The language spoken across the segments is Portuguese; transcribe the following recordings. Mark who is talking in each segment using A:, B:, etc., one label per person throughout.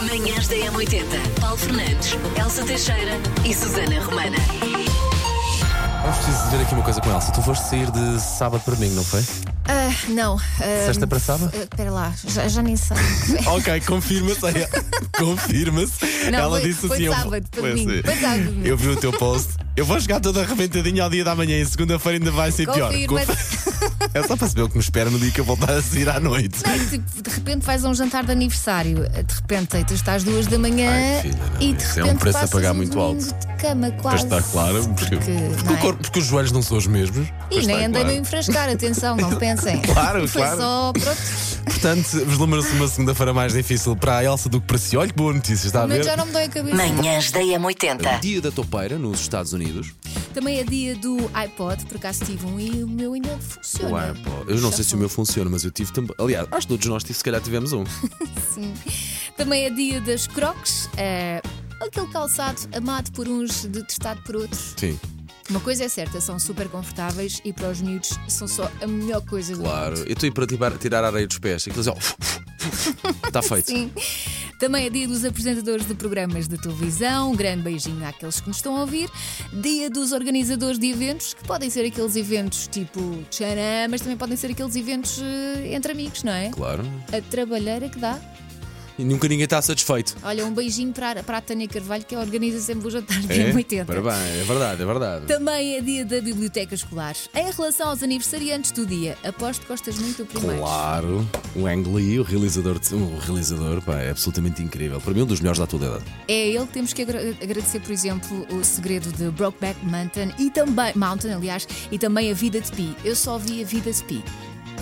A: Manhãs da M80. Paulo Fernandes, Elsa Teixeira e Susana Romana.
B: Mas preciso dizer aqui uma coisa com a Elsa. Tu foste sair de sábado para domingo, não foi?
C: Ah, não.
B: Sexta para sábado?
C: Espera lá, já, já nem sei.
B: ok, confirma-se. confirma-se.
C: Não,
B: Ela
C: foi-
B: disse
C: foi
B: assim. eu-
C: sábado para
B: foi
C: domingo,
B: assim.
C: foi sábado para domingo.
B: Eu vi o teu post. Eu vou chegar toda arrebentadinha ao dia da manhã e segunda-feira ainda vai ser pior.
C: Confirma-te.
B: Conf- É só para saber o que me espera no dia que eu voltar a sair à noite.
C: Não, tipo, de repente vais a um jantar de aniversário, ah, de repente aí tu estás duas da manhã
B: Ai, filha, não,
C: e de
B: isso
C: repente
B: é um preço a
C: passas
B: pagar
C: um
B: muito
C: domingo
B: alto.
C: De cama quase.
B: porque,
C: Porque, não
B: porque o
C: é?
B: corpo, porque os joelhos não são os mesmos. Para
C: E
B: estar
C: nem andei
B: claro.
C: a enfrascar, atenção, não pensem.
B: Claro,
C: Foi
B: claro.
C: só, pronto.
B: Portanto, vislumbra-se uma segunda-feira mais difícil para a Elsa do que para si. Olha que boa notícia, está a ver?
C: Mas já não me dói a cabeça.
A: Manhãs da M80.
B: Dia da topeira nos Estados Unidos.
C: Também é dia do iPod, por acaso tive um e o meu ainda
B: O
C: funciona.
B: iPod. Eu não sei se o meu funciona, mas eu tive também. Aliás, acho que todos nós se calhar tivemos um.
C: Sim. Também é dia das crocs. eh, Aquele calçado amado por uns, detestado por outros.
B: Sim,
C: Uma coisa é certa, são super confortáveis e para os miúdos são só a melhor coisa do
B: claro.
C: mundo.
B: Eu estou aí para tirar, tirar a areia dos pés. Aquilo assim, ó. Está feito.
C: Sim. Também é dia dos apresentadores de programas de televisão. Um grande beijinho àqueles que nos estão a ouvir. Dia dos organizadores de eventos, que podem ser aqueles eventos tipo tchanã, mas também podem ser aqueles eventos eh, entre amigos, não é?
B: Claro.
C: A trabalheira que dá.
B: E nunca ninguém está satisfeito.
C: Olha, um beijinho para, a- para a Tânia Carvalho, que organiza sempre o jantar de um
B: É?
C: 80.
B: Parabéns, é verdade, é verdade.
C: Também é dia da biblioteca escolar. Em relação aos aniversariantes do dia, aposto que gostas muito do primeiro.
B: Claro, o Ang Lee, o realizador, de- o realizador pá, é absolutamente incrível. Para mim, um dos melhores da atualidade.
C: É a ele que temos que agra- agradecer, por exemplo, o segredo de Brokeback Mountain e também Mountain, aliás, e também a Vida de Pi. Eu só vi a Vida de Pi.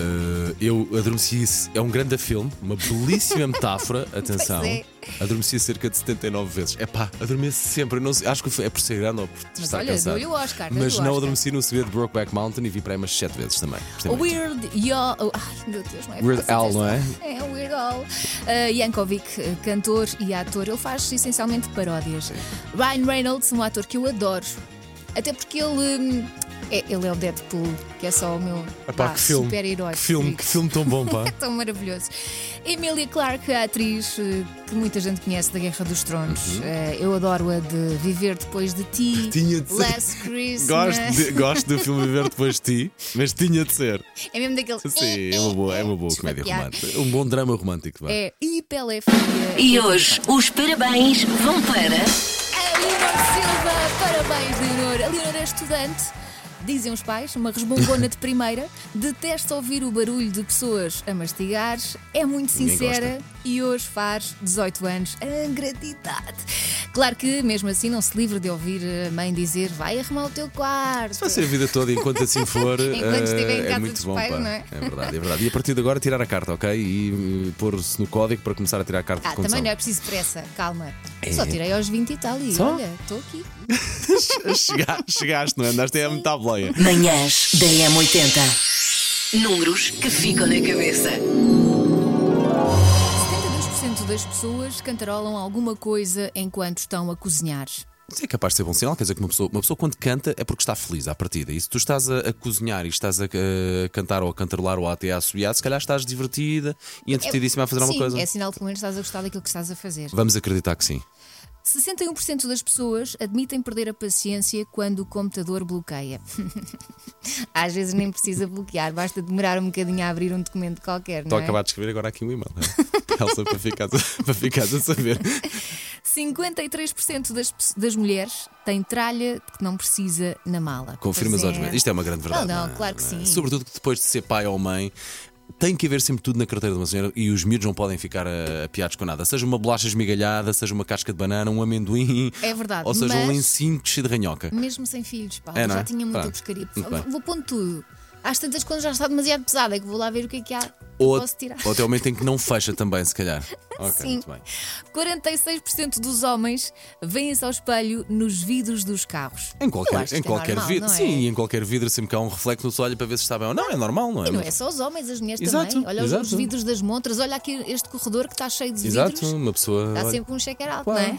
B: Uh, eu adormeci, é um grande filme, uma belíssima metáfora, atenção.
C: Pois é.
B: Adormeci cerca de 79 vezes. É pá, adormeço sempre. eu não sei- acho que foi- é por ser grande ou por
C: Mas
B: estar
C: olha,
B: cansado.
C: dou-lhe o Oscar, dou-lhe
B: Mas
C: o
B: não
C: Oscar.
B: adormeci no segredo de Brokeback Mountain e vi para aí umas 7 vezes também. Gostei muito.
C: Weird Yo. oh, Ai, meu Deus, não é
B: Weird
C: fácil
B: Al,
C: esta-
B: não é?
C: É, Weird Al. Uh, Yankovic, uh, cantor e ator, ele faz essencialmente paródias. Ryan Reynolds, um ator que eu adoro. Até porque ele. hum, é, ele é o Deadpool, que é só o meu
B: Epá,
C: pá,
B: que filme,
C: super-herói.
B: que filme, que
C: preferido.
B: filme tão bom, pá.
C: Tão maravilhoso. Emilia Clarke, a atriz eh, que muita gente conhece da Guerra dos Tronos. Eh, Eu adoro-a de Viver Depois de Ti,
B: Uhum. Tinha de ser.
C: Last Christmas.
B: gosto, de- gosto do filme Viver Depois de Ti, mas tinha de ser.
C: É mesmo daquele.
B: Sim, é uma boa, é uma boa comédia
C: Desfaquear.
B: romântica. Um bom drama romântico, vá.
C: É, e Pelé é filha.
A: E hoje, os parabéns vão para.
C: A Leonor Silva, parabéns, Leonor. A Leonor é estudante. Dizem os pais, uma resmungona de primeira, detesta ouvir o barulho de pessoas a mastigar, é muito
B: Ninguém
C: sincera e hoje faz 18 anos. A gratidade! Claro que, mesmo assim, não se livra de ouvir a mãe dizer vai arrumar o teu quarto.
B: Vai ser a vida toda, enquanto assim for.
C: Enquanto estiver em
B: eh, é
C: casa
B: muito
C: dos
B: bom,
C: pais,
B: pá.
C: não é?
B: verdade, é verdade. E a partir de agora tirar a carta, ok? E eh, pôr-se no código para começar a tirar a carta
C: Ah,
B: de
C: também
B: condução.
C: não é preciso pressa, calma. Só tirei aos 20 e tal e
B: É. Só?
C: olha, estou aqui.
B: Chega- Chegaste, não é? Andaste é a metade boleia.
A: Manhãs da M80. Números que ficam na cabeça.
C: 72% das pessoas cantarolam alguma coisa enquanto estão a cozinhar.
B: Isso é capaz de ser bom sinal, quer dizer que uma pessoa, uma pessoa quando canta é porque está feliz à partida. E se tu estás a, a cozinhar e estás a, a cantar ou a cantarolar ou até a assobiar, se calhar estás divertida e entretidíssima a fazer alguma
C: Sim,
B: coisa.
C: é sinal que pelo menos estás a gostar daquilo que estás a fazer.
B: Vamos acreditar que sim.
C: 61% das pessoas admitem perder a paciência quando o computador bloqueia. Às vezes nem precisa bloquear, basta demorar um bocadinho a abrir um documento qualquer,
B: Estou
C: não
B: a
C: é?
B: acabar de escrever agora aqui um e-mail. é? Elsa, para ficares a, para ficares a saber.
C: 53% das, pe- das mulheres têm tralha que não precisa na mala.
B: Confirmas
C: Pois
B: aos meus. Isto é uma grande verdade.
C: Não, não,
B: é?
C: claro que sim.
B: é? Sobretudo que depois de ser pai ou mãe. Tem que haver sempre tudo na carteira de uma senhora e os miúdos não podem ficar a, a piados com nada. Seja uma bolacha esmigalhada, seja uma casca de banana, um amendoim.
C: É verdade,
B: Ou seja, um
C: mas-
B: lencinho cheio de ranhoca.
C: Mesmo sem filhos, pá,
B: É, não
C: já
B: é?
C: tinha muita
B: Pronto.
C: pescaria.
B: Muito bem.
C: Vou pondo tudo. Às tantas quando já está demasiado pesada, é que vou lá ver o que é que há.
B: Ou,
C: Posso tirar.
B: ou até o momento em que não fecha também, se calhar. Ok,
C: Sim.
B: muito bem.
C: 46% dos homens veem-se ao espelho nos vidros dos carros.
B: Em
C: Eu
B: qualquer,
C: acho que
B: em
C: é
B: qualquer
C: normal,
B: vidro.
C: não é?
B: Sim, em qualquer vidro sempre que há um reflexo no seu olho para ver se está bem ou não. É normal, não é?
C: E não
B: Mas-
C: é só os homens, as mulheres
B: Exato,
C: também. Olha os- os
B: exato.
C: vidros das montras, olha aqui este corredor que está cheio de
B: Exato,
C: é vidros.
B: uma pessoa.
C: Está
B: olha-
C: sempre com um checker alto,
B: Claro.
C: não é?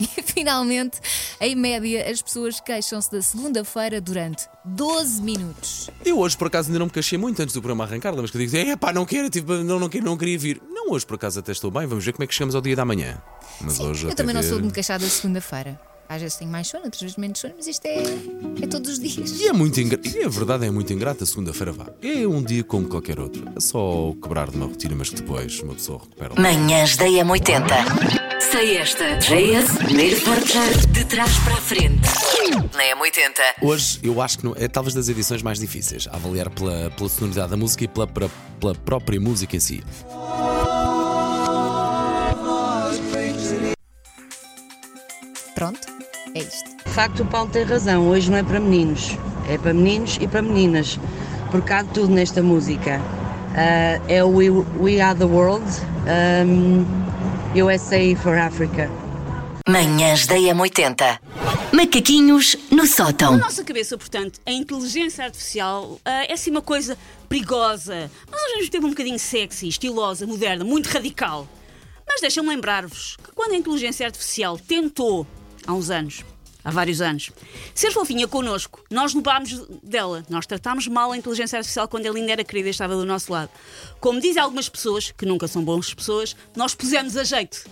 C: E finalmente, em média, as pessoas queixam-se da segunda-feira durante 12 minutos.
B: Eu hoje, por acaso, ainda não me queixei muito antes do programa arrancar. Lembras que eu digo, é pá, não quero, tipo, não, não, quero, não queria vir. Não Não, hoje por acaso até estou bem, vamos ver como é que chegamos ao dia da manhã. Mas
C: Sim,
B: hoje
C: eu
B: até
C: também não
B: ver-
C: sou de me queixar da segunda-feira. Às vezes tenho mais sono, outras vezes menos sono, mas isto é, é todos os dias.
B: E é muito ingrata. E a verdade é muito ingrata. Segunda-feira vá. É um dia como qualquer outro. É só quebrar de uma rotina, mas que depois uma pessoa recupera.
A: Manhãs da M80. Sei esta. JS, primeiro forjar de trás para a frente. Na M80.
B: Hoje eu acho que não- é talvez das edições mais difíceis a avaliar pela, pela sonoridade da música e pela, pela- pela própria música em si.
C: Pronto, é isto.
D: De facto, o Paulo tem razão. Hoje não é para meninos, é para meninos e para meninas, porque há de tudo nesta música. Ah, é o We, We Are the World, ahm, USA for Africa.
A: Manhãs da M80. Macaquinhos no sótão.
E: nossa cabeça, portanto, a inteligência artificial ah, é assim uma coisa perigosa, mas ao mesmo tempo um bocadinho sexy, estilosa, moderna, muito radical. Mas deixem-me lembrar-vos que quando a inteligência artificial tentou, há uns anos, há vários anos, ser fofinha connosco, nós lobámos dela, nós tratámos mal a inteligência artificial quando ela ainda era querida e estava do nosso lado. Como dizem algumas pessoas, que nunca são boas pessoas, nós pusemos a jeito.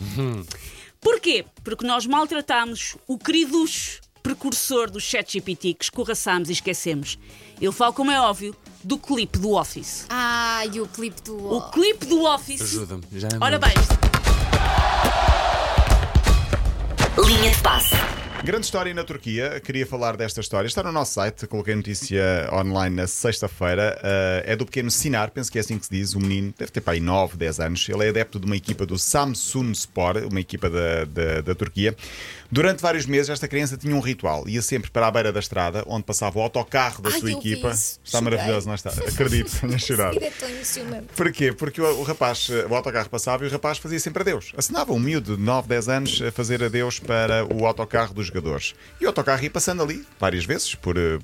E: Porquê? Porque nós maltratámos o queridos precursor do ChatGPT que escorraçámos e esquecemos. Ele fala, como é óbvio, do clipe do Office.
C: Ah, e o clipe do.
E: O clipe do Office.
B: Ajuda-me, já não-
E: Ora bem,
A: Linha de passe.
F: Grande história na Turquia, queria falar desta história. Está no nosso site, coloquei a notícia online na sexta-feira. Uh, é do pequeno Sinar, penso que é assim que se diz. O menino deve ter para aí 9, 10 anos. Ele é adepto de uma equipa do Samsun Spor, uma equipa da, da, da Turquia. Durante vários meses, esta criança tinha um ritual. Ia sempre para a beira da estrada, onde passava o autocarro da
C: Ai,
F: sua
C: eu vi
F: equipa.
C: isso.
F: Está
C: Chorei.
F: maravilhoso, não está? Acredito, tenha chorado.
C: Isso é tão emocionante.
F: Porquê? Porque o, o rapaz, eh, o autocarro passava e o rapaz fazia sempre adeus. Assinava um miúdo de 9, 10 anos a fazer adeus para o autocarro dos jogadores. E o autocarro ia passando ali, várias vezes, por, eh,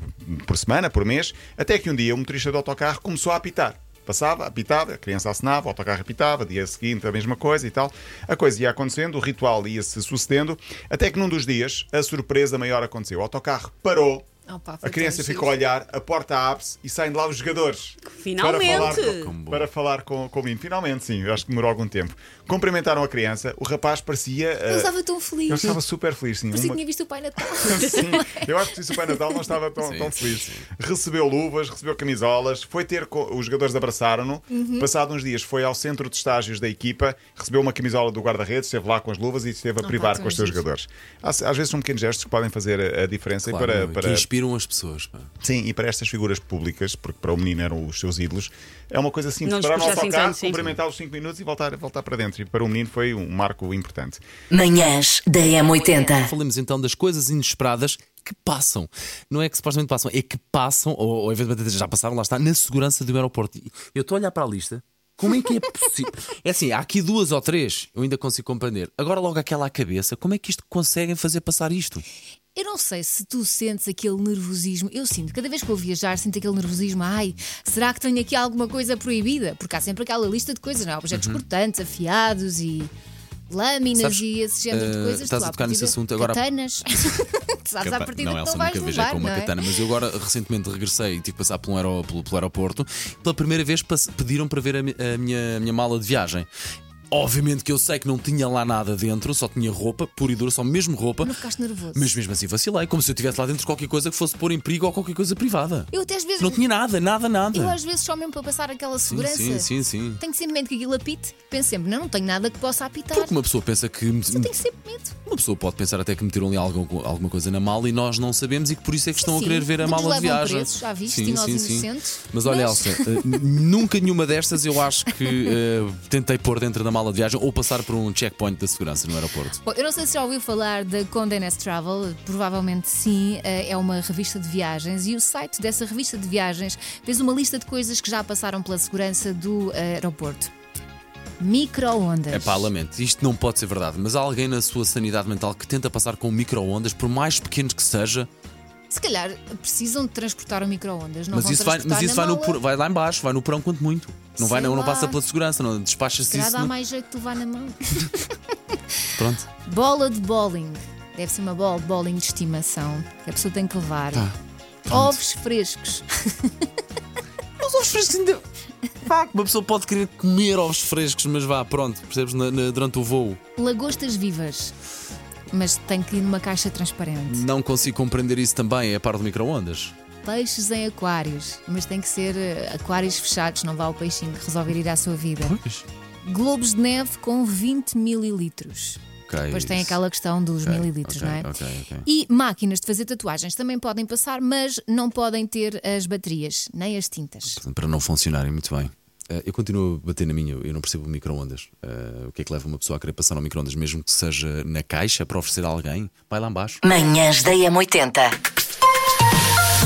F: por semana, por mês, até que um dia o motorista do autocarro começou a apitar. Passava, apitava, a criança assinava, o autocarro apitava, dia seguinte a mesma coisa e tal. A coisa ia acontecendo, o ritual ia-se sucedendo, até que num dos dias a surpresa maior aconteceu. O autocarro parou,
C: Opa, foi
F: a criança
C: tão
F: ficou a olhar, a porta abre-se e saem de lá os jogadores.
E: Finalmente!
F: Para falar, com,
B: Como bom.
F: para falar com, com o menino. Finalmente, sim, eu acho que demorou algum tempo. Cumprimentaram a criança, o rapaz parecia.
C: Eu
F: ah,
C: estava tão
F: ele
C: feliz.
F: estava super feliz, sim.
C: Parecia que
F: Uma-
C: tinha visto o Pai Natal.
F: Sim, eu acho que isso o Pai Natal não estava tão,
B: Sim,
F: tão
B: sim,
F: feliz.
B: sim.
F: Recebeu luvas, recebeu camisolas, foi ter com. Os jogadores abraçaram-no.
C: Uhum.
F: Passado uns dias foi ao centro de estágios da equipa, recebeu uma camisola do guarda-redes, esteve lá com as luvas e esteve a privar
C: tão
F: com os seus
C: giro.
F: jogadores. Às, às vezes são pequenos gestos que podem fazer a, a diferença
B: Claro,
F: e para-
B: não é?
F: para,
B: Que inspiram as pessoas. pá.
F: Sim, e para estas figuras públicas, porque para o menino eram os seus ídolos, é uma coisa simples.
E: Não lhes
F: Parar no
E: puxa assim
F: autocarro,
E: tanto, sim.
F: cumprimentar os 5 minutos e voltar, voltar para dentro. E para o menino foi um marco importante.
A: Manhãs da M80.
B: Falemos então das coisas inesperadas que passam. Não é que supostamente passam, é que passam, ou, ou eventualmente já passaram, lá está, na segurança do aeroporto. E Eu estou a olhar para a lista. Como é que é possível? É assim, há aqui duas ou três, eu ainda consigo compreender. Agora, logo aquela à cabeça, como é que isto conseguem fazer passar isto?
C: Eu não sei se tu sentes aquele nervosismo. Eu sinto, cada vez que vou viajar, sinto aquele nervosismo. Ai, será que tenho aqui alguma coisa proibida? Porque há sempre aquela lista de coisas, não é? Objetos cortantes, afiados e lâminas
B: Uhum. Sabes,
C: e esse género de
B: eh,
C: coisas.
B: estás
C: Tu,
B: a
C: à
B: tocar nesse
C: partida,
B: assunto agora.
C: Catanas. Sabes, à
B: Cata-
C: partida que
B: Elsa,
C: não vais
B: nunca viajei
C: levar,
B: com
C: não
B: uma
C: é?
B: katana, mas eu agora recentemente regressei e tive que passar por um aero- pelo, pelo aeroporto. Pela primeira vez pass- pediram para ver a, mi- a minha, a minha mala de viagem. Obviamente que eu sei que não tinha lá nada dentro, só tinha roupa, pura e dura, só mesmo roupa.
C: Não ficaste nervoso?
B: Mas mesmo assim vacilei, como se eu tivesse lá dentro qualquer coisa que fosse pôr em perigo ou qualquer coisa privada.
C: Eu até às vezes.
B: Não tinha nada, nada, nada.
C: Eu às vezes só mesmo para passar aquela
B: sim,
C: segurança.
B: sim, sim, sim.
C: Tenho sempre medo que aquilo apite. Penso sempre, não, não tenho nada que possa apitar.
B: Porque uma pessoa pensa que
C: Eu tenho sempre medo.
B: uma pessoa pode pensar até que meteram ali algum, alguma coisa na mala e nós não sabemos e que por isso é que estão
C: sim,
B: a querer ver a
C: não nos
B: mala de
C: levam
B: viagem.
C: presos, já viste, e nós inocentes.
B: Mas olha,
C: Mas-
B: Elsa, eh, n- nunca nenhuma destas eu acho que eh, tentei pôr dentro da mala de viagem ou passar por um checkpoint da segurança no aeroporto.
C: Bom, eu não sei se já ouviu falar da Condé Nast Travel, provavelmente sim, eh, é uma revista de viagens e o site dessa revista de viagens fez uma lista de coisas que já passaram pela segurança do eh, aeroporto. Microondas.
B: É pá, lamento. Isto não pode ser verdade, mas há alguém na sua sanidade mental que tenta passar com micro-ondas, por mais pequeno que seja,
C: Se calhar precisam de transportar o microondas, não
B: mas
C: vão
B: isso, vai,
C: transportar
B: mas isso
C: na eh.
B: vai, no,
C: mala.
B: por- vai lá embaixo, vai no porão quanto muito. Não, vai,
C: Sei
B: não, não
C: lá.
B: passa pela segurança, não
C: Se
B: despacha-se
C: calhar
B: isso.
C: dá
B: no-
C: mais jeito de levar na mão.
B: Pronto.
C: Bola de bowling. Deve ser uma bola de bowling de estimação que a pessoa tem que levar.
B: Tá,
C: Ovos frescos.
B: Mas os frescos ainda. pá, que uma pessoa pode querer comer ovos frescos, mas vá, pronto, percebes, na- na- durante o voo.
C: Lagostas vivas. Mas tem que ir numa caixa transparente.
B: Não consigo compreender isso também, é a par do micro-ondas.
C: Peixes em aquários. Mas tem que ser eh, aquários fechados, não vá o peixinho resolver ir à sua vida.
B: Pois.
C: Globos de neve com 20 mililitros.
B: Ok,
C: Depois tem
B: É isso.
C: aquela questão dos
B: Ok,
C: mililitros,
B: ok,
C: não é?
B: ok, ok.
C: E máquinas de fazer tatuagens também podem passar, mas não podem ter as baterias, nem as tintas.
B: Portanto, para não funcionarem muito bem. Eh, Eu continuo a bater na minha, eu não percebo micro-ondas. Eh, o que é que leva uma pessoa a querer passar ao micro-ondas, mesmo que seja na caixa para oferecer a alguém? Vai lá embaixo.
A: Manhãs da M80.